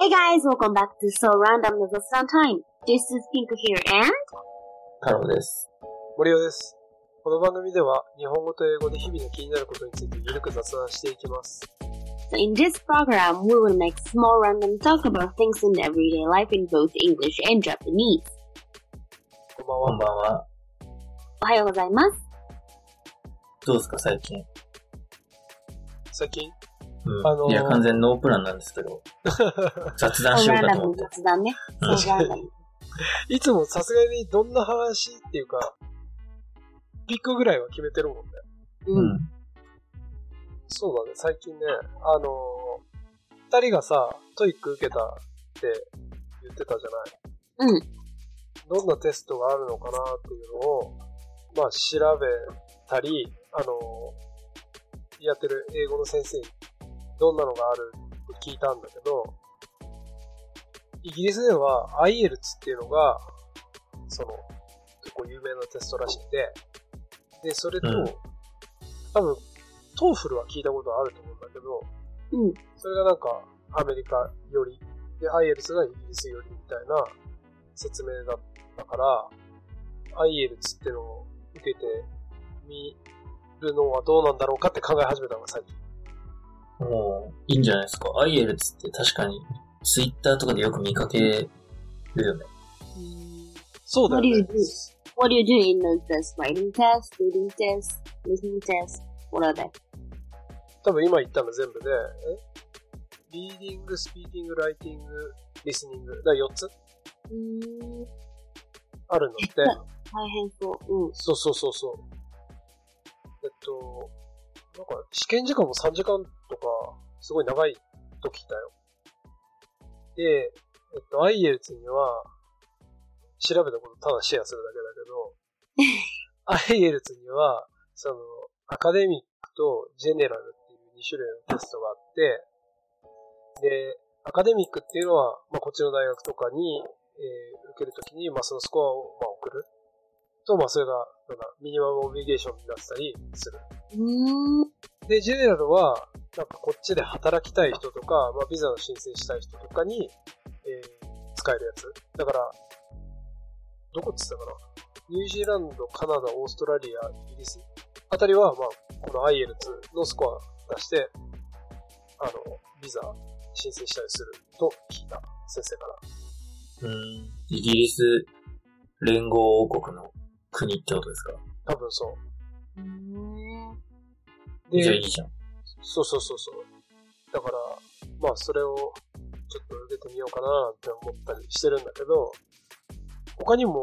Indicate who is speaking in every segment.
Speaker 1: Hey guys, welcome back to So Random with Us on Time. This is Pink here and
Speaker 2: 太郎です。
Speaker 3: 森尾です。この番組では日本語と英語で日々の気になることについてゆるく雑談していきます。
Speaker 1: so in this program we will make small random talk about things in everyday life in both English and Japanese.
Speaker 3: こんば
Speaker 2: こん
Speaker 3: んは。
Speaker 2: ばんは。
Speaker 1: おはようございます。
Speaker 2: どうですか、最近。
Speaker 3: 最近
Speaker 2: うん。
Speaker 3: あのー
Speaker 2: いや、完全ノープランなんですけど。雑
Speaker 3: Ah,
Speaker 2: 談し
Speaker 1: そう
Speaker 2: よ
Speaker 1: ラ
Speaker 2: う
Speaker 1: ン
Speaker 2: か
Speaker 1: ダ
Speaker 2: と
Speaker 1: ム
Speaker 2: 思っ
Speaker 1: の
Speaker 2: て。
Speaker 1: 雑談ね。
Speaker 2: うん
Speaker 1: そうランダム。
Speaker 3: いつもさすがにどんな話っていうか、ピックぐらいは決めてるもんね。
Speaker 2: う
Speaker 1: うん。
Speaker 2: ん。
Speaker 3: そうだね、最近ね、あのー、二人がさ、トイック受けたって言ってたじゃない。
Speaker 1: うん。
Speaker 3: どんなテストがあるのかなっていうのを、まあ調べたり、あのー、やってる英語の先生にどんなのがあるって聞いたんだけど、イギリスでは IELTS っていうのが、その、結構有名なテストらしくて、で、それと、
Speaker 2: うん
Speaker 3: 多分、トーフルは聞いたことあると思うんだけど、
Speaker 1: うん。
Speaker 3: それがなんかアメリカより、で、IELTS がイギリスよりみたいな説明だったから、IELTS ってのを受けてみるのはどうなんだろうかって考え始めたのが最近。
Speaker 2: もう、いいんじゃないですか。IELTS って確かに、ツイッターとかでよく見かけるよね。
Speaker 3: そうだよ
Speaker 1: What do you。do? mm. What do
Speaker 3: ね
Speaker 1: you do in those tests? Writing test, reading test, listening test? What are they?
Speaker 3: 多分今言ったの全部で、えリーディング、スピーキング、ライティング、リスニング。だ4つ
Speaker 1: うーん。
Speaker 3: あるのって。
Speaker 1: 大変そう。うん。
Speaker 3: そうそうそうそう。えっと、なんか試験時間も3時間とか、すごい長いと聞いたよ。で、えっと、IELTS には、調べたことただシェアするだけだけど、IELTS には、その、アカデミックとジェネラルっていう2種類のテストがあって、で、アカデミックっていうのは、まあ、こっちの大学とかに、えー受けるときに、まあ、そのスコアを、まあ、送る。と、まあ、それが、なんだ、ミニマムオブリゲーションになってたりする。
Speaker 1: うーん。
Speaker 3: で、ジェネラルは、なんかこっちで働きたい人とか、まあ、ビザの申請したい人とかに、えー使えるやつ。だから、どこっつったかなニュージーランド、カナダ、オーストラリア、イギリスあたりは、まあ、この IELTS のスコア出して、あの、ビザ申請したりすると聞いた、先生から。
Speaker 2: うん。イギリス連合王国の国ってことですか。
Speaker 3: 多分そう
Speaker 1: ーん。
Speaker 3: う。で
Speaker 2: じゃあいいじゃん。
Speaker 3: そうそうそうそう。だから、まあそれをちょっと受けてみようかななんて思ったりしてるんだけど、他にも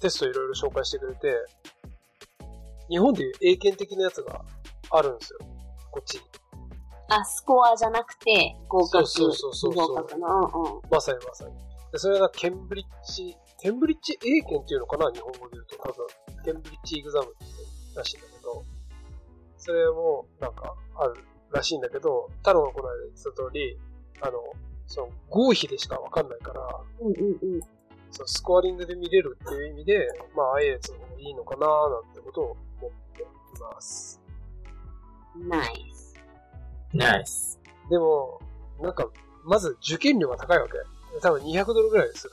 Speaker 3: テストいろいろ紹介してくれて、日本でいう英検的なやつがあるんですよ。こっちに。
Speaker 1: あ、スコ Ah, アじゃなくて、合格。
Speaker 3: そうそうそうそ
Speaker 1: 合
Speaker 3: う
Speaker 1: 格の。うんうん。
Speaker 3: まさにまさに。で、それがケンブリッジ、ケンブリッジ英検っていうのかな日本語で言うと多分。ケンブリッジエグザムってらしいんだけど、それもなんかあるらしいんだけど、太郎がこの間言ってた通り、あの、その合否でしかわかんないから、
Speaker 1: うんうんうん。
Speaker 3: そのスコアリングで見れるっていう意味で、まあ IELTS の方がいいのかななんてことを思っています。
Speaker 1: ナイス。
Speaker 2: ナイス。
Speaker 3: でも、なんか、まず受験料が高いわけ。多分200ドルぐらいする。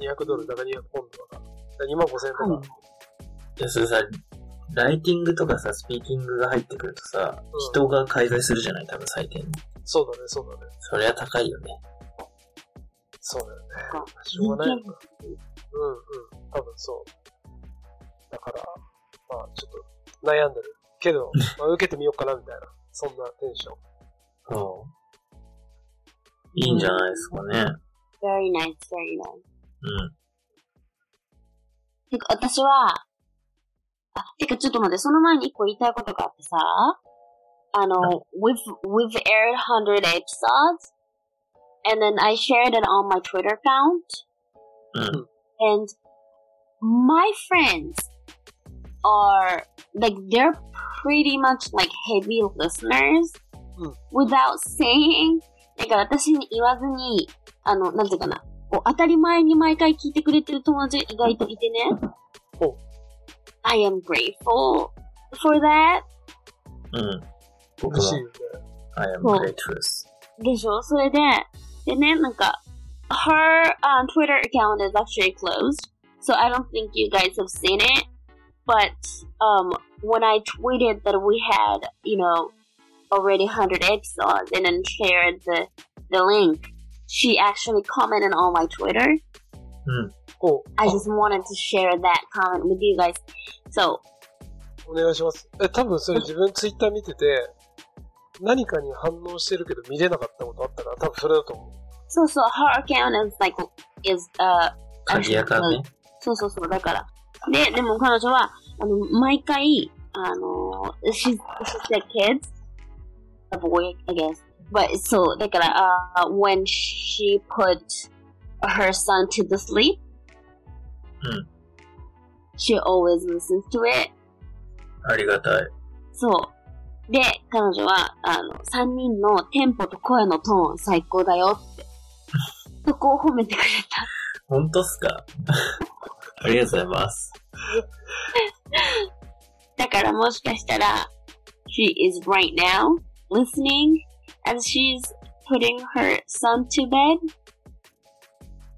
Speaker 3: 200ドルだから200ポンドだから。2万5千円とか。
Speaker 2: いや、それさ、ライティングとかさ、スピーキングが入ってくるとさ、人が介在するじゃない多分採点に。
Speaker 3: そうだね、そうだね。
Speaker 2: そりゃ高いよね。
Speaker 3: そうだよね。
Speaker 1: そっ
Speaker 3: しょうがないよな。うんうん。多分そう。だから、まあちょっと悩んでる。けど、まあ受けてみようかなみたいな。そんなテンション。
Speaker 2: うん。いいんじゃないですかね。
Speaker 1: very nice, very nice.
Speaker 2: うん。
Speaker 1: てか、私は、あ、てかちょっと待って、その前に一個言いたいことがあってさ、あの、we've, we've aired 100 episodes, and then I shared it on my Twitter account,
Speaker 2: うん。
Speaker 1: and my friends are like they're pretty much like heavy listeners
Speaker 3: うん。
Speaker 1: without saying なんか私に言わずにあのなんていうかなこう当たり前に毎回聞いてくれてる友達が意外といてね
Speaker 3: ほう
Speaker 1: I am grateful for that
Speaker 2: うん。僕
Speaker 3: 嬉しいよ
Speaker 2: も、
Speaker 3: ね。
Speaker 2: I am grateful です。
Speaker 1: でしょそれで、でね、なんか、her、um, Twitter account is actually closed, so I don't think you guys have seen it. But um, when I tweeted that we had, you know, already 100 episodes and then shared the, the link, she actually commented on my Twitter.
Speaker 3: こ
Speaker 1: I
Speaker 3: う、
Speaker 1: just wanted to share that comment with you guys. So,
Speaker 3: お願いします。え、多分それ自分ツイッター見てて、何かに反応してるけど見れなかったことあったから、多分それだと思う。
Speaker 1: so, so her account is like, is, uh,
Speaker 2: 鍵やかんね。
Speaker 1: そうそうそう、だから。で、でも彼女は、あの、毎回、あの、she's, she's the kids, a boy, I guess. But, so, だから、uh, when she put her son to the sleep,
Speaker 2: うん
Speaker 1: she always listens to it.
Speaker 2: ありがたい。
Speaker 1: そう。で、彼女は、あの、三人のテンポと声のトーン最高だよって。そこを褒めてくれた。
Speaker 2: 本当っすか ありがとうございます。
Speaker 1: だからもしかしたら、she is right now listening and she's putting her son to bed.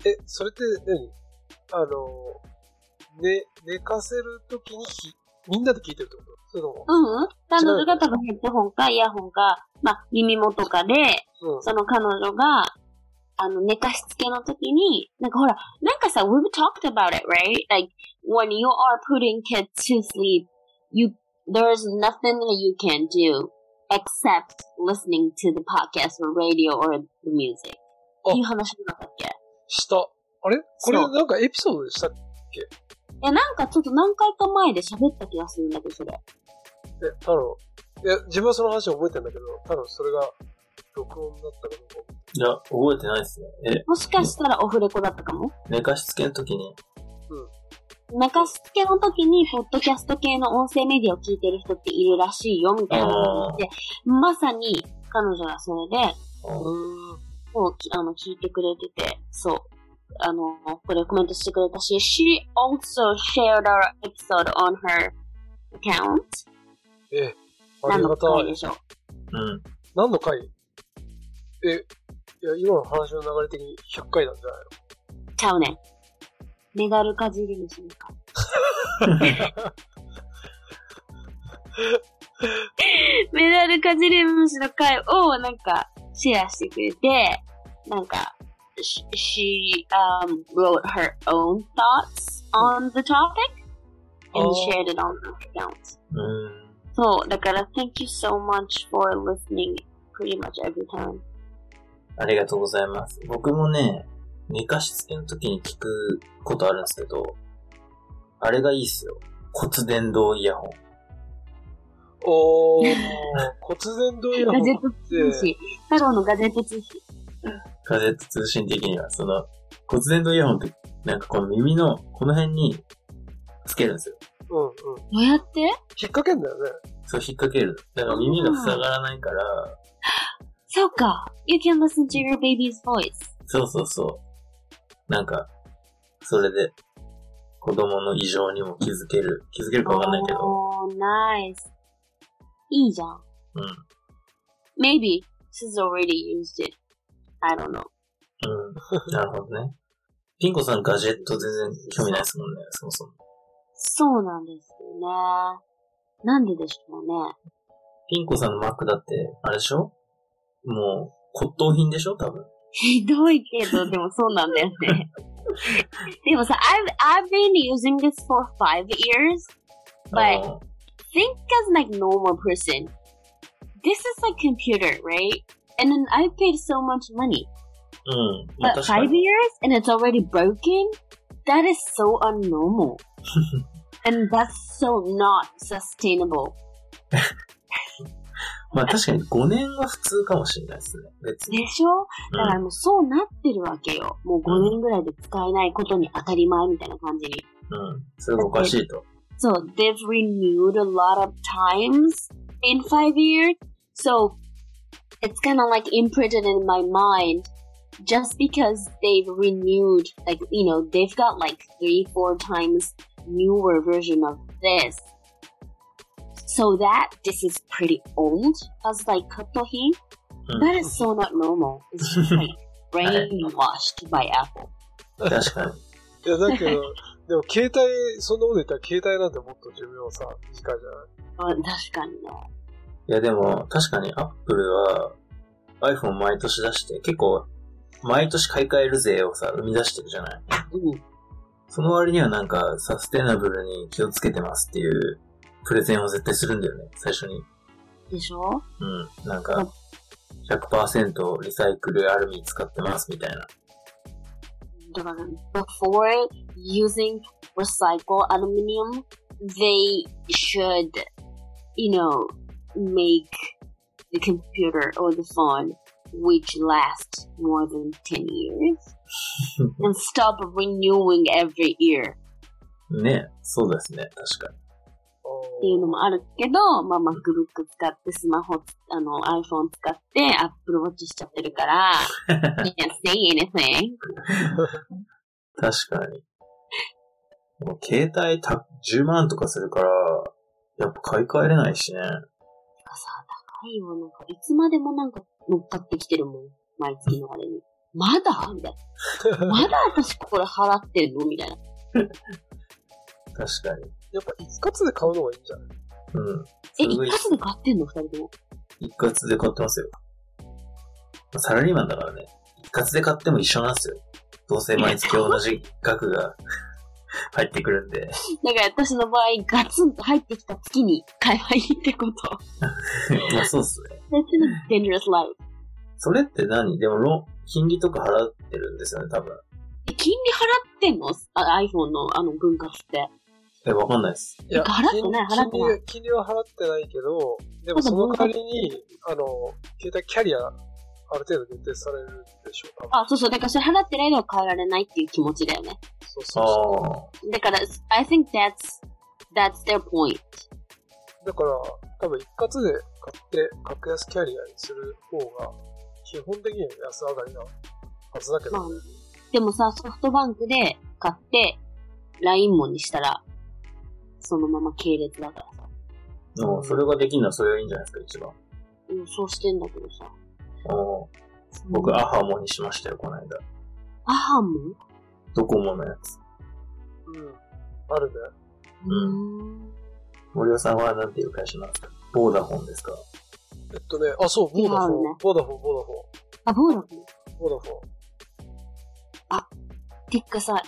Speaker 3: え、それって何あの、ね、寝かせるときにひみんなで聞いてるってことそれとも、
Speaker 1: うん。彼女が多分ヘッドホンかイヤホンか、まあ耳元かで、
Speaker 3: うん。
Speaker 1: その彼女が、あの、寝かしつけの時に、なんかほら、なんかさ、we've talked about it, right? Like, when you are putting kids to sleep, you, there's nothing that you can do except listening to the podcast or radio or the music.
Speaker 3: あ
Speaker 1: っていう話なかったっけ
Speaker 3: した。あれこれ
Speaker 1: そう
Speaker 3: なんかエピソードでしたっ
Speaker 1: いや、なんかちょっと何回か前で喋った気がするんだけど、それ。
Speaker 3: け太郎。いや、自分はその話覚えてんだけど、多分それが録音だったかどうか。
Speaker 2: いや、覚えてないですね。え、
Speaker 1: もしかしたらオフレコだったかも
Speaker 2: 寝かしつけの時に、
Speaker 1: 寝かしつけの時に、ポッドキャスト系の音声メディアを聞いてる人っているらしいよ、みたいな話で、まさに彼女がそれで、
Speaker 2: うん
Speaker 3: うーん。
Speaker 1: もうき、あの、聞いてくれてて、そう。あの、これコメントしてくれたし、she also shared our episode on her account.
Speaker 3: え、あ
Speaker 1: 何
Speaker 3: り
Speaker 1: の
Speaker 3: がた
Speaker 1: 回
Speaker 3: い
Speaker 1: で。しょう。
Speaker 2: うん。
Speaker 3: 何の回え、いや、今の話の流れ的に100回なんじゃない
Speaker 1: ちゃうねん。メダルかじり虫か。メダルかじり虫の回をなんかシェアしてくれて、なんか、she, she um, wrote her own thoughts on the topic and
Speaker 3: あー
Speaker 1: shared it on her account.
Speaker 2: うん。
Speaker 1: そう、だから thank you so much for listening pretty much every time.
Speaker 2: ありがとうございます。僕もね、寝かしつけの時に聞くことあるんですけど、あれがいいっすよ。骨伝導イヤホン。
Speaker 3: おー、骨伝導イヤホ
Speaker 1: ガジェ
Speaker 3: ン
Speaker 1: ット通信。太郎のガジェット通信。
Speaker 2: ガジェット通信的には、その、骨伝導イヤホンって、なんかこの耳の、この辺に、つけるんですよ。
Speaker 3: うんうん。
Speaker 1: どうやって
Speaker 3: 引っ掛けんだよね。
Speaker 2: そう引っ掛ける。だから耳が塞がらないから、
Speaker 1: そうか。You can listen to your baby's voice.
Speaker 2: そうそうそう。なんか、それで、子供の異常にも気づける。気づけるかわかんないけど。
Speaker 1: おー、nice. Oh, いいじゃん。
Speaker 2: うん。
Speaker 1: Maybe she's already used it. I don't know.
Speaker 2: うん。なるほどね。ピンコさんガジェット全然興味ないですもんね、そもそも。
Speaker 1: そうなんですよね。なんででしょうね。
Speaker 2: ピンコさんのマックだって、あれでしょもう、骨董品でしょ多分。
Speaker 1: ひどいけど、でもそうなんだよね。 でもさ、I've, I've been using this for five years.
Speaker 2: あ
Speaker 1: But
Speaker 2: の
Speaker 1: think as like normal person. This is like computer, right? And then I paid so much money.
Speaker 2: うん。ま
Speaker 1: But
Speaker 2: あ確か
Speaker 1: five
Speaker 2: に。
Speaker 1: years and it's already broken? That is so unnormal. and that's so not sustainable.
Speaker 2: まあ確かに5年は普通かもしれないですね。別に。
Speaker 1: でしょ
Speaker 2: う
Speaker 1: だ
Speaker 2: ん
Speaker 1: からもうそうなってるわけよ。もう5年ぐらいで使えないことに当たり前みたいな感じに。
Speaker 2: うん。それがおかしいと。
Speaker 1: So they've renewed a lot of times in five years. So it's kind of like imprinted in my mind just because they've renewed, like, you know, they've got like three, four times newer version of this. So that this is pretty old as like Katohi.
Speaker 2: うん
Speaker 1: That is so not normal. It's just like brainwashed by Apple.
Speaker 2: 確かに。
Speaker 3: いや、だけ ど、でも携帯、そんなこと言ったら携帯なんてもっと寿命さ、短いじゃない
Speaker 1: うん確かにね。
Speaker 2: いやでも、確かに Apple は iPhone 毎年出して、結構、毎年買い替える税をさ、生み出してるじゃない
Speaker 1: うん。
Speaker 2: その割にはなんか、サステナブルに気をつけてますっていう、プレゼンを絶対するんだよね、最初に。
Speaker 1: でしょ
Speaker 2: うん。なんか、100%リサイクルアルミ使ってますみたいな。
Speaker 1: だから before using recycled aluminum, they should, you know, make the computer or the phone which lasts more than 10 years and stop renewing every year
Speaker 2: ねそうですね、確かに。
Speaker 1: っていうのもあるけど、まあまあグループ使ってスマホ、あの iPhone 使って Apple Watch しちゃってるから、you can't say anything.
Speaker 2: 確かに。もう携帯た10万とかするから、やっぱ買い替えれないしね。
Speaker 1: がさ、高いよ。なんか、いつまでもなんか乗っかってきてるもん。毎月のあれに。まだみたい な。まだ私これ払ってんのみたいな。
Speaker 2: 確かに。
Speaker 3: やっぱ一括で買うのがいいんじゃない
Speaker 2: うん。
Speaker 1: え、
Speaker 2: す
Speaker 1: 一
Speaker 2: ごい
Speaker 1: 括で買ってんの二人とも。
Speaker 2: 一括で買ってますよ。サラリーマンだからね。一括で買っても一緒なんですよ。どうせ毎月同じ額が 入ってくるんで。
Speaker 1: だから私の場合、ガツンと入ってきた月に買えばいいってこと。
Speaker 2: まあそうっすね。
Speaker 1: That's a dangerous life.
Speaker 2: それって何でもローン、金利とか払ってるんですよね、多分。
Speaker 1: え金利払ってんのあ ?iPhone のあの分割って。
Speaker 2: え、わかんないです。
Speaker 3: いや、
Speaker 1: 払ってない払ってない
Speaker 3: 金金利は払ってないけど、でもその代わりに、あの、携帯キャリア、ある程度限定されるでしょう、多分。
Speaker 1: あ、そうそう。だからそれ払ってないのは変えられないっていう気持ちだよね。
Speaker 3: そう
Speaker 2: あ
Speaker 3: そうそ
Speaker 2: あ。
Speaker 1: だから、I think that's, that's their point.
Speaker 3: う。だから、多分一括で買って、格安キャリアにする方が、基本的には安上がりなはずだけど、
Speaker 1: まあ、でもさ、ソフトバンクで買って、LINE もにしたら、そのまま系列だからさ。
Speaker 2: でもそれができるのはそれがいいんじゃないですか、一番。
Speaker 1: うん、そうしてんだけどさ。
Speaker 2: おー僕、アハモにしましたよ、この間。
Speaker 1: アハも
Speaker 2: ドコモのやつ。
Speaker 3: うん。あるね。
Speaker 1: うん。
Speaker 2: 森尾さんはなんていう会社なんですかボーダフォンですか
Speaker 3: えっとね、あ、そう、ボーダ
Speaker 1: 今
Speaker 3: フォン
Speaker 1: あるね。
Speaker 3: ボーダフォン、ボーダフ
Speaker 1: あ、ボーダフォンっ
Speaker 3: ォン、ボーダフォン。
Speaker 1: ていうかさ、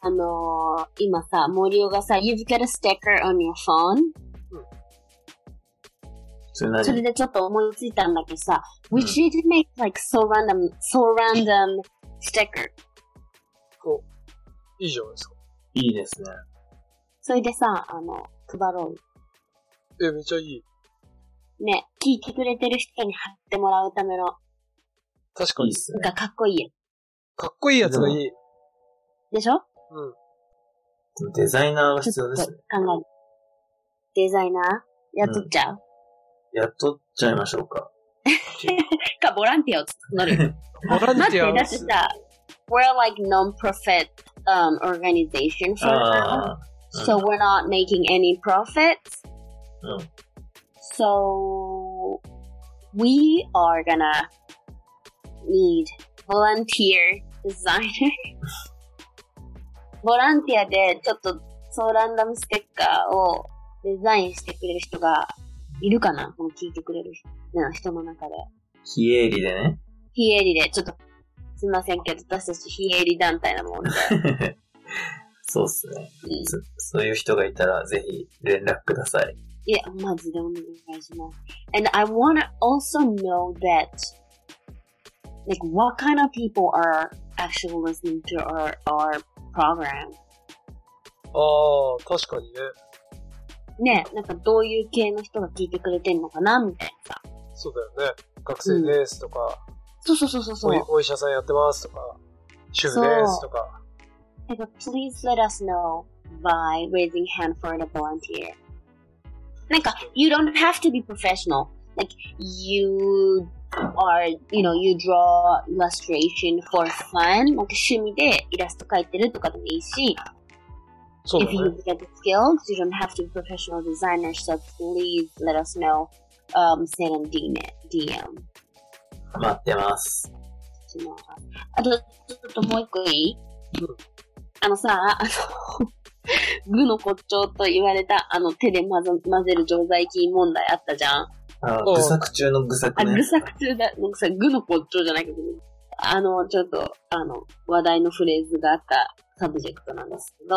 Speaker 1: あのー、今さ、森尾がさ、You've got a sticker on your phone?
Speaker 2: それ何
Speaker 1: それでちょっと思いついたんだけどさ、We
Speaker 2: うん
Speaker 1: should make like so random, so random sticker.
Speaker 3: いいじゃないですか。
Speaker 2: いいですね。
Speaker 1: それでさ、あの、配ろうよ
Speaker 3: え、めっちゃいい。
Speaker 1: ね、聞いてくれてる人に貼ってもらうための、
Speaker 3: 確か
Speaker 2: いい
Speaker 3: に
Speaker 2: っ。す
Speaker 1: な
Speaker 2: ね
Speaker 1: ん。かかっこいいや
Speaker 3: かっこいいやつがいい。
Speaker 1: つでしょ
Speaker 3: うん。
Speaker 2: でもデザイナーが必
Speaker 1: ちょ
Speaker 2: 要
Speaker 1: っ
Speaker 2: で
Speaker 1: と
Speaker 2: す
Speaker 1: 考
Speaker 2: ね。
Speaker 1: える。デザイナー雇っちゃう、
Speaker 2: 雇っちゃいましょうか。
Speaker 1: か、ボランティアを募る。
Speaker 3: ボラン
Speaker 1: 待って、
Speaker 3: ティア
Speaker 1: だってさ、we're like non-profit、um, organization for now.
Speaker 2: ああ。
Speaker 1: So we're not making any profits.
Speaker 2: うん。
Speaker 1: So we are gonna need volunteer designer. ボランティアでちょっとそうランダムステッカーをデザインしてくれる人がいるかなこの聞いてくれる人な人の中で。
Speaker 2: 非営利でね。
Speaker 1: 非営利で、ちょっとすいませんけど、私たち非営利団体なもんで。
Speaker 2: そうっすね。
Speaker 1: うん
Speaker 2: そそういう人がいたら、ぜひ連絡ください。
Speaker 1: Yeah, マジでお願いします。And I want to also know that, like, what kind of people are actually listening to our, our program?
Speaker 3: ああ、確かにね。
Speaker 1: ね、なんかどういう系の人が聞いてくれてんのかなみたいなさ。
Speaker 3: そうだよね。学生ですとか、
Speaker 1: そうそうそうそうそ
Speaker 3: お
Speaker 1: う
Speaker 3: い。お医者さんやってますとか、主婦ですとか。
Speaker 1: なんか please let us know by raising hand for the volunteer. なんか、you don't have to be professional. Like, you are, you know, you draw illustration for fun. なんか趣味でイラスト描いてるとかでもいいし、
Speaker 3: そう
Speaker 1: if
Speaker 3: だ
Speaker 1: you
Speaker 3: ね。
Speaker 1: get the skills, you don't have to be professional designer, so please let us know. Um, send a DM.
Speaker 2: 待ってます。
Speaker 1: しながら。あと、ちょっともう一個いい
Speaker 3: うん
Speaker 1: あのさ、あの、具の骨頂と言われた、あの、手で混ぜ混ぜる常在菌問題あったじゃん。
Speaker 2: あ
Speaker 3: う
Speaker 2: ー、愚策中の愚策
Speaker 1: あ、
Speaker 2: ね。
Speaker 1: 愚策中だ、なんかさ、具の骨頂じゃないけど、あの、ちょっと、あの、話題のフレーズがあったサブジェクトなんですけど、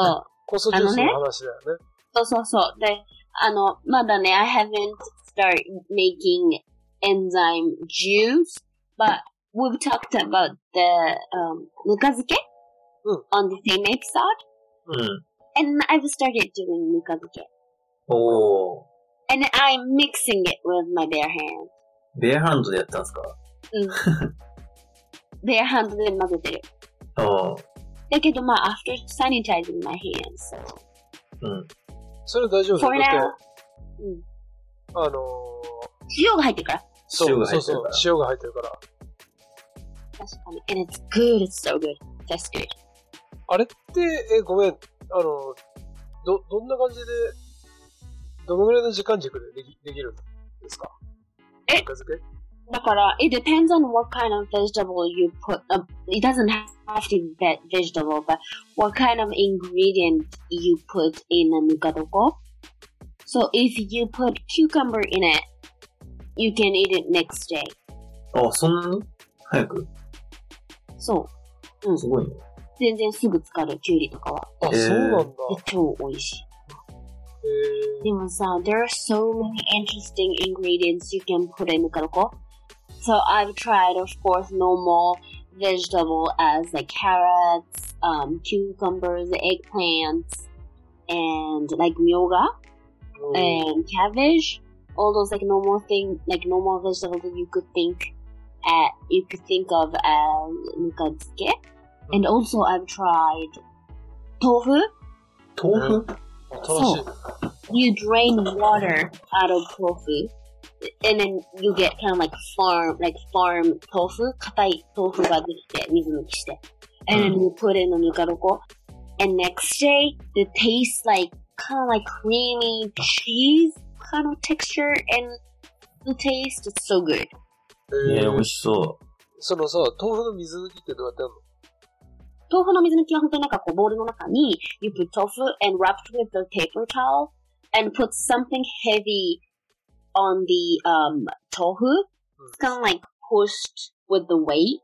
Speaker 3: 酵素ジュースの話だよね。
Speaker 1: そうそうそう。で、あの、まだね、I haven't started making enzyme juice, but we've talked about the, um, ぬか漬け、
Speaker 3: うん
Speaker 1: on the same episode,
Speaker 2: うん。
Speaker 1: and I've started doing ぬか漬け。
Speaker 2: おー。
Speaker 1: And I'm mixing it with my bare hand.
Speaker 2: ベアハンドでやったんですか
Speaker 1: bare hand で混ぜてる。
Speaker 2: ああ。
Speaker 1: だけどまあ、after sanitizing my hands, so.
Speaker 2: うん。
Speaker 3: それ大丈夫だ
Speaker 1: For
Speaker 3: よ。だ
Speaker 1: now,
Speaker 3: って、
Speaker 1: うん
Speaker 3: あのー、
Speaker 1: 塩が入ってるから。
Speaker 3: そう
Speaker 2: 塩が入
Speaker 3: そう
Speaker 2: ってる
Speaker 3: そう
Speaker 2: から。
Speaker 3: 塩が入ってるから。
Speaker 1: 確かに。And it's good, it's so good. That's good.
Speaker 3: あれって、え、ごめん。あの、ど、どんな感じで、どのぐらいの時間軸でできできるんですか
Speaker 1: え
Speaker 3: ぬか漬け
Speaker 1: だから、it depends on what kind of vegetable you put, uh, it doesn't have to be ve- vegetable, but what kind of ingredient you put in a nukadoko. So if you put cucumber in it, you can eat it next day.
Speaker 2: あ、そんなに早く
Speaker 1: そう。
Speaker 2: すごいね。
Speaker 1: 全然すぐ浸かる、キュウリとかは。
Speaker 3: あ、
Speaker 2: えー
Speaker 3: そうなんだ。
Speaker 1: 超美味しい。
Speaker 3: えー、
Speaker 1: でもさ、there are so many interesting ingredients you can put in nukadoko. So I've tried, of course, normal vegetable as like carrots, um, cucumbers, eggplants, and like myoga
Speaker 3: うん
Speaker 1: and cabbage. All those like normal thing, like normal vegetables that you could think at, you could think of as nukatsuke. And also I've tried tofu.
Speaker 2: 豆腐、
Speaker 3: う楽しい。
Speaker 1: you drain water out of tofu, and then you get kind of like farm, like farm tofu, 硬い tofu ができて、水抜きして。And then you put in the nukadoko. And next day, the taste like kind of like creamy cheese kind of texture and the taste is so good.
Speaker 2: い
Speaker 3: え
Speaker 2: や、美
Speaker 3: ー
Speaker 2: 味しそ
Speaker 3: そのさ、豆腐の水抜きってどうやってやるの
Speaker 1: 豆腐の水抜きは本当になんかこうボウルの中に、you put tofu and wrapped with a paper towel and put something heavy on the um, tofu. It's kind of like pushed with the weight.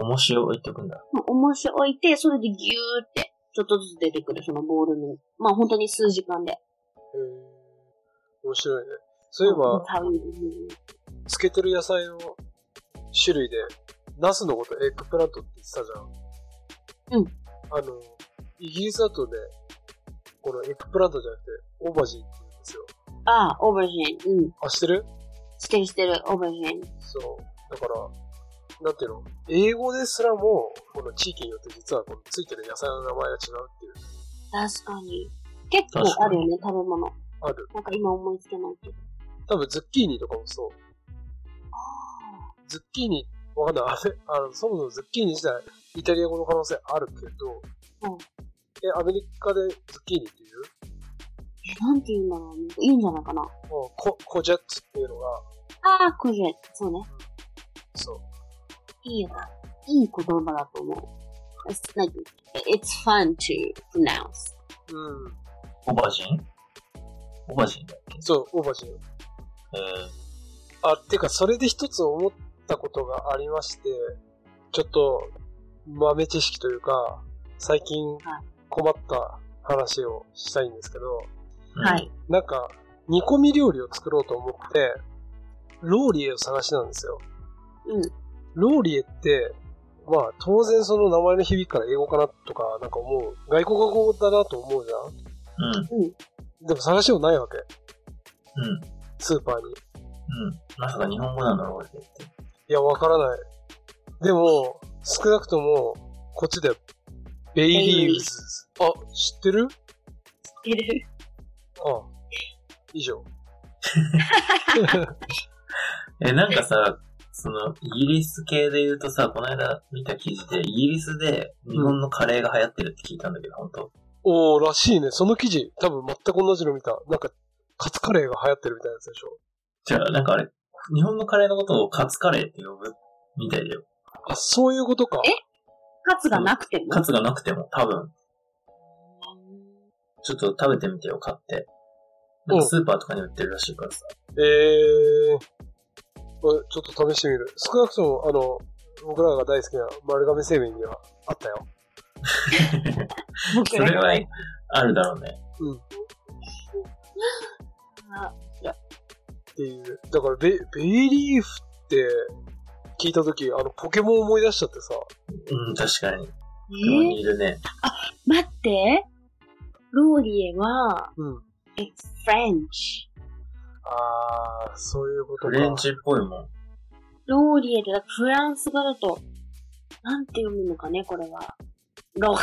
Speaker 2: う。面白い置いておくんだ。
Speaker 1: 重し置いて、それでギューってちょっとずつ出てくる、そのボウルに。まあ本当に数時間で。
Speaker 3: えー、面白いね。そういえば、
Speaker 1: That's how you-
Speaker 3: 漬けてる野菜の種類で、ナスのことエッグプラントって言ってたじゃん。
Speaker 1: うん。
Speaker 3: あの、イギリスだとね、このエッグプラントじゃなくて、オーバジンって言うんですよ。
Speaker 1: ああ、オーバージン。うん。
Speaker 3: あ、知ってる
Speaker 1: してるしてる、オーバージン。
Speaker 3: そう。だから、なんていうの英語ですらも、この地域によって実はこのついてる野菜の名前が違うっていう、
Speaker 1: 確かに。結構あるよね、食べ物。
Speaker 3: ある。
Speaker 1: なんか今思いつけないけど。
Speaker 3: 多分ズッキーニとかもそう。ズッキーニ、わかんない。あれ、あの、そもそもズッキーニ自体、イタリア語の可能性あるけど、
Speaker 1: うん
Speaker 3: え、アメリカでズッキーニっていう
Speaker 1: え、なんて言うんだろうね。いいんじゃないかな。
Speaker 3: もうコ、コジェッツっていうのが、
Speaker 1: ああ、これ、そうね。
Speaker 3: そう。
Speaker 1: いいよな。いい言葉だと思う。It's like, it's fun to pronounce.
Speaker 3: うん。
Speaker 2: オバジンオバジンだっけ
Speaker 3: そう、オーバジン。
Speaker 2: え
Speaker 3: あ、てか、それで一つ思ったことがありまして、ちょっと、豆知識というか、最近
Speaker 1: はい
Speaker 3: 困った話をしたいんですけど、
Speaker 2: ーうん。。
Speaker 3: なんか、煮込み料理を作ろうと思って、ローリエを探してたんですよ。
Speaker 1: うん。
Speaker 3: ローリエって、まあ当然その名前の響きから英語かなとか、なんか思う。外国語だなと思うじゃ
Speaker 2: うん。
Speaker 3: ん。でも探しようないわけ。
Speaker 2: うん。
Speaker 3: スーパーに。
Speaker 2: うん。まさか日本語なんだろうって言って。
Speaker 3: いや、わからない。でも、少なくとも、こっちで、ベイリーブズ。あ、知ってる
Speaker 1: いる。
Speaker 3: あ以 上。
Speaker 2: え、なんか さ、その、イギリス系で言うとさ、この間見た記事で、イギリスで日本のカレーが流行ってるって聞いたんだけど、本当
Speaker 3: おー、らしいね。その記事、多分全く同じの見た。なんか、カツカレーが流行ってるみたいなやつでしょ。
Speaker 2: じゃあ、なんかあれ、日本のカレーのことをカツカレーって呼ぶみたいだよ。
Speaker 3: あ、そういうことか。
Speaker 1: えカツがなくても。
Speaker 2: カツがなくても多分、ちょっと食べてみてよ、買って。なんかスーパーとかに売ってるらしいからさ。
Speaker 3: えー、これちょっと試してみる。少なくとも、あの、僕らが大好きな丸亀製麺にはあったよ。
Speaker 1: 僕
Speaker 2: そ
Speaker 1: ら
Speaker 2: れ
Speaker 1: が
Speaker 2: は、あるだろうね。
Speaker 3: うん。っ
Speaker 1: あ
Speaker 3: ていう。だからベ、ベイリーフって聞いたとき、あの、ポケモン思い出しちゃってさ。
Speaker 2: うん、確かに。
Speaker 1: え
Speaker 2: 雲
Speaker 1: ー
Speaker 2: にいるね。
Speaker 1: 待って。ローリエは、
Speaker 3: うん。
Speaker 1: it's French。
Speaker 3: あー、そういうことか。
Speaker 2: フレンチっぽいもん。
Speaker 1: ローリエって、フランス語だと、なんて読むのかね、これは。ロー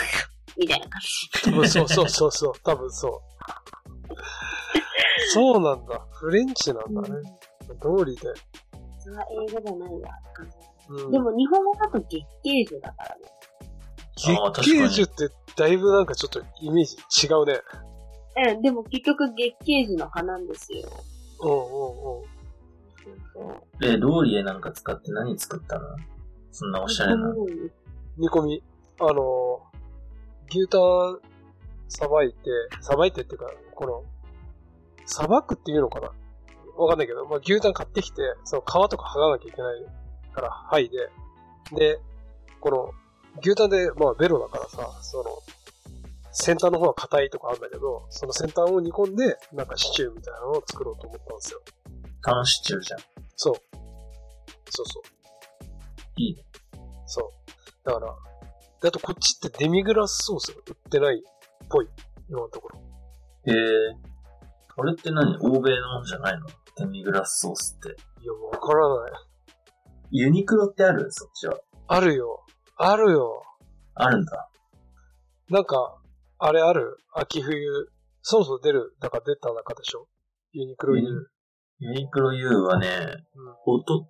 Speaker 1: みたいな感じ。
Speaker 3: 多分そうそうそうそう、多分 そう。そうなんだ。フレンチなんだね。通りで。
Speaker 1: それは英語じゃないわって感じ。
Speaker 3: うん、
Speaker 1: でも日本語だと月桂樹だからね。
Speaker 2: あー
Speaker 3: 月桂樹ってだいぶなんかちょっとイメージ違うね。
Speaker 1: うん、でも結局月桂樹の葉なんですよ。
Speaker 3: うんうんうん。
Speaker 2: で、ローリエなんか使って何作ったのそんなおしゃれな。
Speaker 3: 煮込み、あのー、牛タンさばいて、さばいてっていうか、この、さばくっていうのかなわかんないけど、まあ、牛タン買ってきて、その皮とか剥がなきゃいけないから、剥いで、で、この、牛タンで、まあ、ベロだからさ、その、先端の方は硬いとかあるんだけど、その先端を煮込んで、なんかシチューみたいなのを作ろうと思ったんですよ。
Speaker 2: 楽しちゅうじゃん。
Speaker 3: そう。そうそう。
Speaker 2: いいね。
Speaker 3: そう。だから、であとこっちってデミグラスソースが売ってないっぽい、今のところ。
Speaker 2: へえ。これって何欧米のもんじゃないのデミグラスソースって。
Speaker 3: いや、わからない。
Speaker 2: ユニクロってあるそっちは。
Speaker 3: あるよ。あるよ。
Speaker 2: あるんだ。
Speaker 3: なんか、あれある秋冬。そろそろ出る、だから出た中でしょユニクロいる。
Speaker 2: ユニクロ U はね、おと、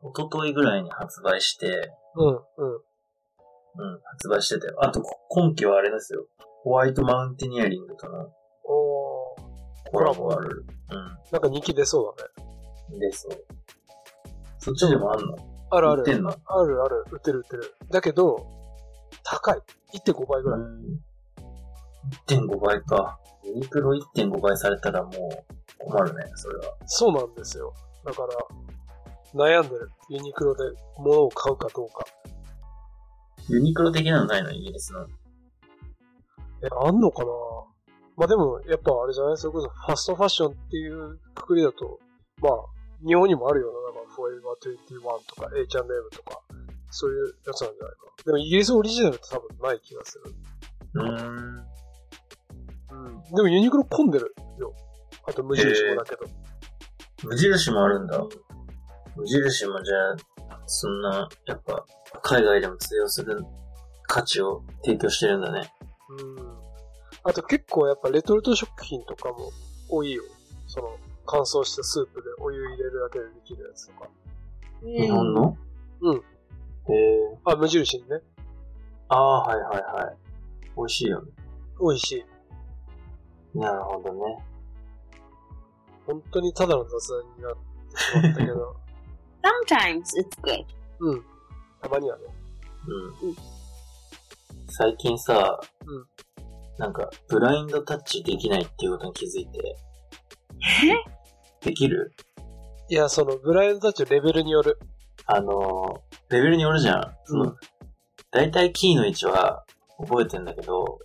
Speaker 2: おとといぐらいに発売して、
Speaker 3: うん、うん。
Speaker 2: うん、発売してたよ。あと、こ今季はあれですよ。ホワイトマウンテニアリングとの
Speaker 3: おー。
Speaker 2: コラボがある。う
Speaker 3: なんか人気出そうだね。
Speaker 2: ん。で、そう。そっちでもあんの
Speaker 3: あるあ
Speaker 2: 売ってん
Speaker 3: る。
Speaker 2: の
Speaker 3: あるある。売ってる売ってる。だけど、高い。1.5倍ぐらい。
Speaker 2: うん1.5倍か。ユニクロ1.5倍されたらもう困るね、それは。
Speaker 3: そうなんですよ。だから、悩んでる。ユニクロで物を買うかどうか。
Speaker 2: ユニクロ的なのないの、イギリスの。
Speaker 3: え、あんのかなまあでも、やっぱあれじゃないそれこそファストファッションっていうくくりだと、まあ、日本にもあるような、なんか、フォーエバー21とか、H&M とか、そういうやつなんじゃないかな。でも、イギリスオリジナルって多分ない気がする。
Speaker 2: うん。
Speaker 3: うん。でも、ユニクロ混んでるよ。あと、無印もだけど。
Speaker 2: 無印もあるんだ。無印もじゃあ、そんな、やっぱ、海外でも通用する価値を提供してるんだね。
Speaker 3: うん。あと、結構やっぱ、レトルト食品とかも多いよ。その、乾燥したスープでお湯入れるだけでできるやつとか。
Speaker 2: 日本の
Speaker 3: う
Speaker 2: へ
Speaker 3: ん
Speaker 2: え。
Speaker 3: あ、無印にね。
Speaker 2: ああ、はいはいはい。美味しいよね。
Speaker 3: 美味しい。
Speaker 2: なるほどね。
Speaker 3: 本当にただの雑談になってしまったけ ど。
Speaker 1: Sometimes it's good.
Speaker 3: うん。たまにはね。
Speaker 2: う
Speaker 1: うん
Speaker 2: ん。最近さ、
Speaker 3: うん
Speaker 2: なんか、ブラインドタッチできないっていうことに気づいて。できる
Speaker 3: いや、その、ブラインドタッチのレベルによる。
Speaker 2: あのー、レベルによるじゃん。その、
Speaker 3: うん
Speaker 2: 大体キーの位置は覚えてんだけど、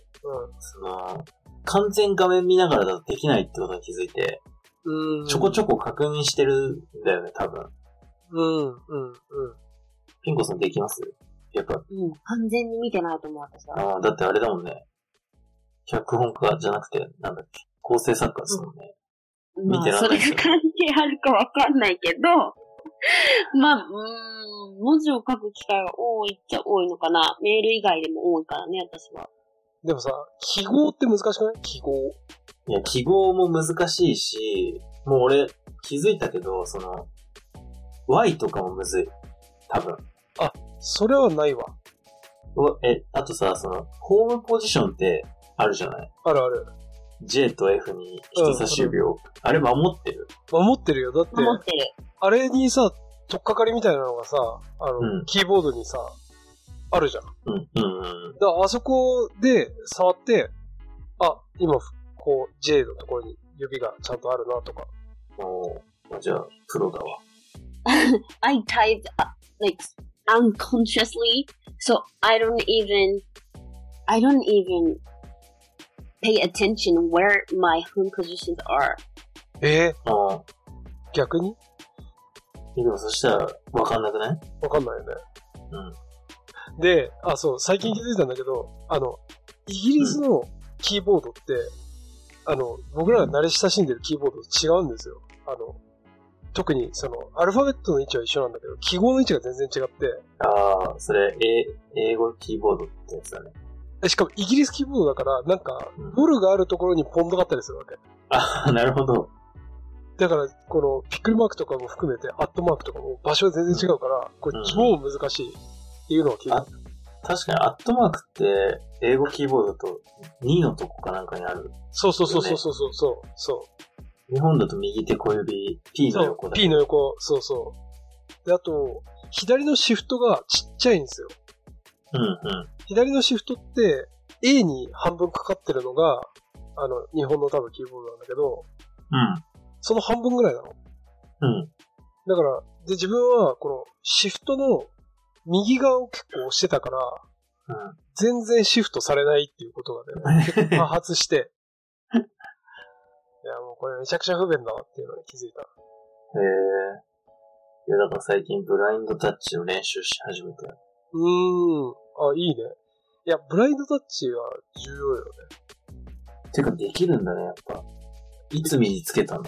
Speaker 2: その、完全画面見ながらだとできないってことに気づいて、
Speaker 3: うん。うん。
Speaker 2: ちょこち
Speaker 3: ょ
Speaker 2: ょこ確認してるんだよね、多分。
Speaker 3: うん、うん、うん。
Speaker 2: ピンコさんできますやっぱ、
Speaker 1: うん、完全に見てないと思う、私は。
Speaker 2: ああ、だってあれだもんね。脚本家じゃなくて、なんだっけ、構成作家ですもんね。
Speaker 1: ま
Speaker 2: 見て
Speaker 1: あ、
Speaker 2: ら
Speaker 1: そ
Speaker 2: んな
Speaker 1: れ
Speaker 2: い
Speaker 1: が関係あるかわかんないけど、 まあ、うーん、文字を書く機会は多いっちゃ多いのかな。メール以外でも多いからね、私は。
Speaker 3: でもさ、記号って難しくない記号。
Speaker 2: いや、記号も難しいし、もう俺、気づいたけど、その、Y とかもむずい。多分。
Speaker 3: それはないわ。
Speaker 2: おえ、あとさ、その、ホームポジションってあるじゃない
Speaker 3: あるある。
Speaker 2: ?J と F に人差し指を。あれ守ってる
Speaker 3: 守ってるよ。だって、
Speaker 1: 守ってる。
Speaker 3: あれにさ、とっかかりみたいなのがさ、あの、
Speaker 2: うん
Speaker 3: キーボードにさ、あるじゃん。だ
Speaker 2: うん、うん、うん。
Speaker 3: からあそこで触って、あ、今、こう、J のところに指がちゃんとあるなとか。
Speaker 2: おーじゃあ、プロだわ。
Speaker 1: I type uh, like unconsciously, so I don't even, I don't even pay attention where my home positions are.
Speaker 3: え
Speaker 2: ああ。
Speaker 3: ー、逆に
Speaker 2: でもそしたら、わかんなくない
Speaker 3: わかんないよね。
Speaker 2: うん。
Speaker 3: で、あ、そう、最近気づいたんだけど、あの、イギリスのキーボードって、あの、僕らが慣れ親しんでるキーボードと違うんですよ。あの、特に、その、アルファベットの位置は一緒なんだけど、記号の位置が全然違って、
Speaker 2: ああ、それ、え、英語キーボードってやつだね。
Speaker 3: でしかもイギリスキーボードだから、なんか
Speaker 2: うん、
Speaker 3: ドルがあるところにポンドがあったりするわけ。
Speaker 2: あ あ、なるほど。
Speaker 3: だから、この、ピックルマークとかも含めて、アットマークとかも場所が全然違うから、これ
Speaker 2: うん
Speaker 3: 超難しいっていうのを聞いた
Speaker 2: あ。確かに、アットマークって、英語キーボードだと、2のとこかなんかにある。
Speaker 3: そうそうそうそうそうそうそう。そう
Speaker 2: 日本だと右手小指、P の
Speaker 3: そう
Speaker 2: 横、だけ
Speaker 3: P の横、そうそう。で、あと、左のシフトがちっちゃいんですよ。
Speaker 2: うん、うん。
Speaker 3: 左のシフトって、A に半分かかってるのが、あの、日本の多分キーボードなんだけど、その半分ぐらいなの。
Speaker 2: うん、うん。
Speaker 3: だから、で、自分は、この、シフトの右側を結構押してたから、
Speaker 2: うん。
Speaker 3: 全然シフトされないっていうことがね、結構多発して、いや、もうこれめちゃくちゃ不便だわっていうのに気づいた。
Speaker 2: へえ。いや、だから最近ブラインドタッチを練習し始めて。
Speaker 3: うーん。あ、いいね。いや、ブラインドタッチは重要よね。
Speaker 2: てか、できるんだね、やっぱ。いつ身につけたの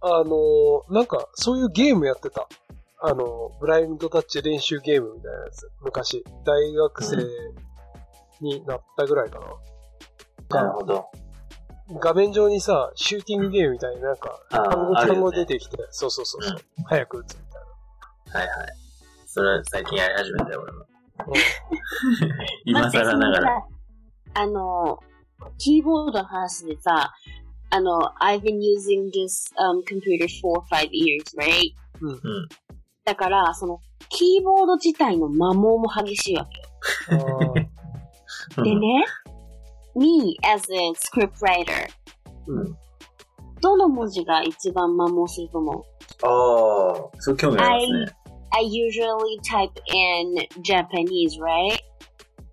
Speaker 3: あのーなんか、そういうゲームやってた。あのーブラインドタッチ練習ゲームみたいなやつ。昔、大学生になったぐらいか
Speaker 2: な
Speaker 3: な。
Speaker 2: るほど。
Speaker 3: 画面上にさ、シューティングゲームみたいになんか、
Speaker 2: あ
Speaker 3: 単語
Speaker 2: ある
Speaker 3: 単
Speaker 2: よ
Speaker 3: 語
Speaker 2: ね
Speaker 3: 出てきて、そうそうそうそう、
Speaker 2: う
Speaker 3: 早く打つみ
Speaker 2: はいはい。それ最近やり始めたよ、俺も。今
Speaker 1: 今
Speaker 2: 更
Speaker 1: 更
Speaker 2: な
Speaker 1: な
Speaker 2: が
Speaker 1: が
Speaker 2: ら。
Speaker 1: ら。あの、キーボードの話でさ、あの、I've been using this、um, computer for five years, right?
Speaker 2: うん。
Speaker 1: だから、その、キーボード自体の摩耗も激しいわけ。
Speaker 3: たいな。あー
Speaker 1: でね、me as a script writer、
Speaker 2: うん
Speaker 1: どの文字が一番摩耗すると思う
Speaker 2: ああ、そう興味ありますね。
Speaker 1: I usually type in Japanese, right?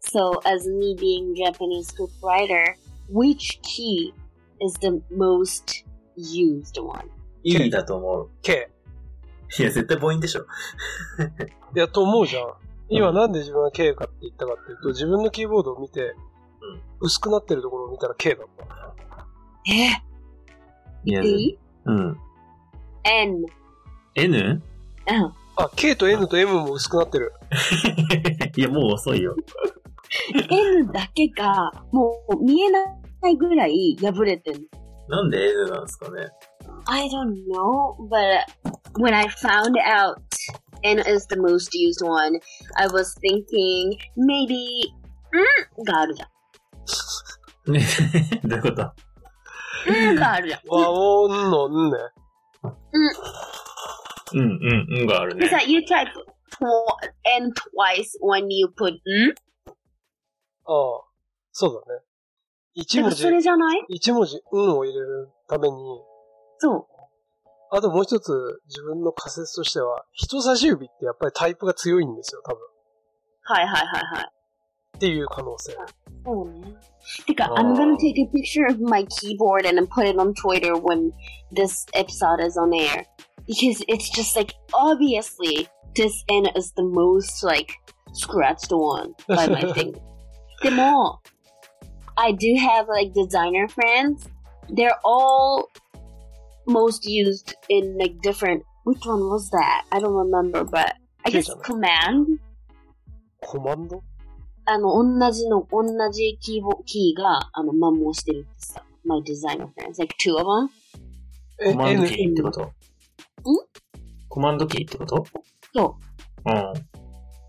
Speaker 1: So, as me being Japanese scriptwriter, which key is the most used one?
Speaker 2: いいだと思う。
Speaker 3: K。
Speaker 2: いや、絶対母音でしょ。
Speaker 3: いや、と思うじゃん。今なんで自分は K かって言ったかっていうと、自分のキーボードを見て、
Speaker 2: うん
Speaker 3: 薄くなってるところを見たら K だった。
Speaker 1: え
Speaker 2: いや
Speaker 1: い
Speaker 2: うん。
Speaker 1: ?N。Uh,
Speaker 2: N?
Speaker 1: うん。
Speaker 3: あ、K と N と M も薄くなってる。
Speaker 2: いや、もう遅いよ。
Speaker 1: N だけが、もう見えないぐらい破れてる。
Speaker 2: なんで N なんですかね。
Speaker 1: I don't know, but when I found out N is the most used one, I was thinking maybe, mm, んがあるじゃん。
Speaker 2: ね どういうこと
Speaker 1: んがあるじゃん。
Speaker 3: 和音のんね。
Speaker 2: うん、うん、うんがある
Speaker 1: で
Speaker 2: ね。
Speaker 1: さ、you type tw- n twice when you put hmm? ん
Speaker 3: ああ、そうだね。一
Speaker 1: だか
Speaker 3: 文
Speaker 1: ら
Speaker 3: 字
Speaker 1: そ、れじゃない
Speaker 3: 一文字、うんを入れるために、
Speaker 1: そ
Speaker 3: あともう一つ自分の仮説としては、人差し指ってやっぱりタイプが強いんですよ、多分。
Speaker 1: う。はいはいはいはい。
Speaker 3: っていう可能性。
Speaker 1: そうね。てか、
Speaker 2: あー
Speaker 1: uh, I'm gonna take a picture of my keyboard and then put it on Twitter when this episode is on air. Because it's just like, obviously, this n is the most like scratched one by my finger. でも、I do have like designer friends. They're all most used in like different. Which one was that? I don't remember, but I guess
Speaker 3: Kyoto.
Speaker 1: command.
Speaker 3: コマンド
Speaker 1: あの、同じの、同じキーボ、キーが、あの、摩耗してるってさ。My designer friends, like two of them.
Speaker 3: え、
Speaker 2: コマンド
Speaker 3: N
Speaker 2: キーってことんコマンドキーってこと。
Speaker 1: そう
Speaker 2: うん。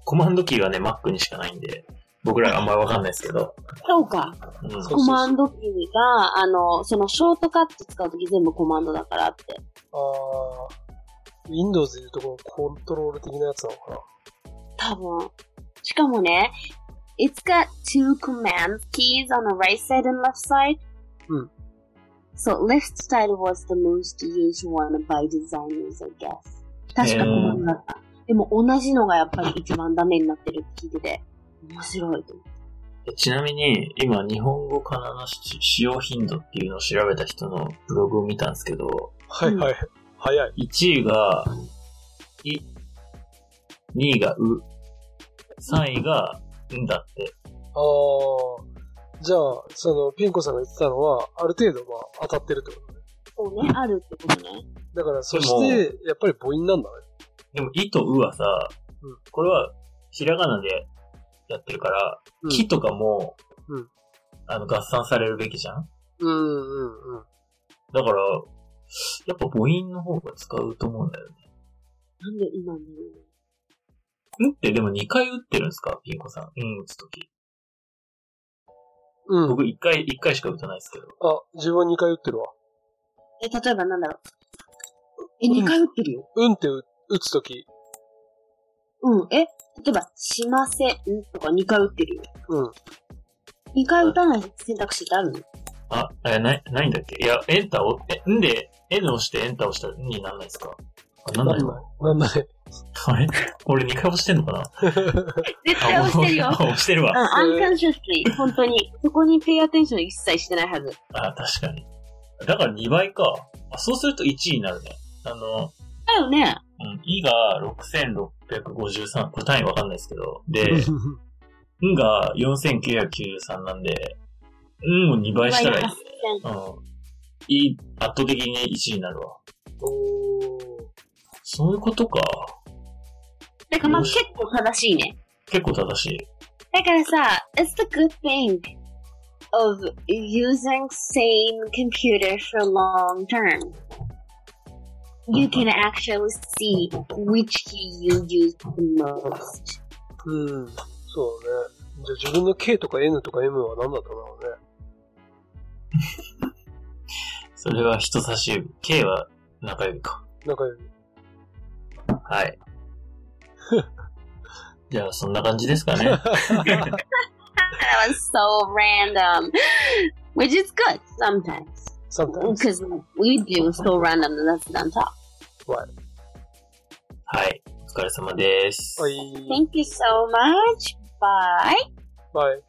Speaker 2: コマンドキーがね、Mac にしかないんで、僕らあんまりわかんないですけど。
Speaker 1: そうか。
Speaker 2: うん。
Speaker 3: そう
Speaker 1: コマンドキーが、あの、その、ショートカット使うとき全部コマンドだからって。
Speaker 3: あ Windows でいうとこのコントロール的なやつなのかな。
Speaker 1: 多分。しかもね、it's got two command keys on the right side and left side.
Speaker 3: うん。
Speaker 1: So left side was the most used one by designers, I guess. 確かこんなんだった。でも同じのがやっぱり一番ダメになってるって聞いてて、面白いと思う。
Speaker 2: えちなみに、今、日本語かなのし使用頻度っていうのを調べた人のブログを見たんですけど、
Speaker 3: はい
Speaker 1: うん
Speaker 3: はい。早い。
Speaker 2: 1位が、い、2位がう、3位が、んだって。
Speaker 3: ああ。じゃあ、その、ピンコさんが言ってたのは、ある程度、まあ、当たってるってことね。
Speaker 1: そうね、あるってことね。
Speaker 3: だから、そして、やっぱり母音なんだね。
Speaker 2: でも、いとうはさ
Speaker 3: うん、
Speaker 2: これは、ひらがなでやってるから、
Speaker 3: うん
Speaker 2: きとかも、
Speaker 3: うん
Speaker 2: あの、合算されるべきじゃん
Speaker 3: うんうんうん。
Speaker 2: だから、やっぱ母音の方が使うと思うんだよね。
Speaker 1: なんで今のうん
Speaker 2: ってでも2回打ってるんですかピンコさん。うん打つとき。
Speaker 3: うん。
Speaker 2: 僕1回、1回しか打たないですけど。
Speaker 3: あ、自分は2回打ってるわ。
Speaker 1: え、例えばなんだろう。え、
Speaker 3: うん
Speaker 1: 2回打ってるよ。
Speaker 3: うんって打打つとき、
Speaker 1: うん、え、例えば、しませんとか2回打ってるよ。
Speaker 3: うん。
Speaker 1: 2回打たない選択肢ってあるの
Speaker 2: あ、え、ない、ないんだっけいや、エンターを、え、んで、N を押してエンターを押したらんにならないですかあ、なんないか。
Speaker 3: なんだね。
Speaker 2: あれ俺2回押してんのかな
Speaker 1: 絶
Speaker 2: あ
Speaker 1: 対押してるよ
Speaker 2: あ。押してる
Speaker 1: う
Speaker 2: わ。
Speaker 1: ん、アンカンシャスリー、本当に。そこにペイアテンション一切してないはず。
Speaker 2: あ、確かに。だから2倍か。あ、そうすると1位になるね。あの、
Speaker 1: だよね。
Speaker 2: うん、E が6653、これ単位わかんないですけど、で、んが4993なんで、んを2倍したらいい。うん。いい、圧倒的に1位になるわ。
Speaker 3: おー
Speaker 2: そういうことか。
Speaker 1: だからまあ結構正しいね。
Speaker 2: 結構正しい。
Speaker 1: だからさ、it's the good thing of using same computer for long term. You can actually see which key you use the most.
Speaker 3: うん。そうだね。じゃあ自分の K とか N とか M は何だったんだろうね。
Speaker 2: それは人差し指。K は中指か。
Speaker 3: なんか、
Speaker 2: はい。じゃあ、そんな感じですか ね。
Speaker 1: That was so random. Which is good sometimes.
Speaker 3: サムタイム
Speaker 1: Because we do so random and that's done top.
Speaker 2: はい。お疲れ様です。
Speaker 3: はい。
Speaker 1: Thank you so much. Bye.
Speaker 3: バイ。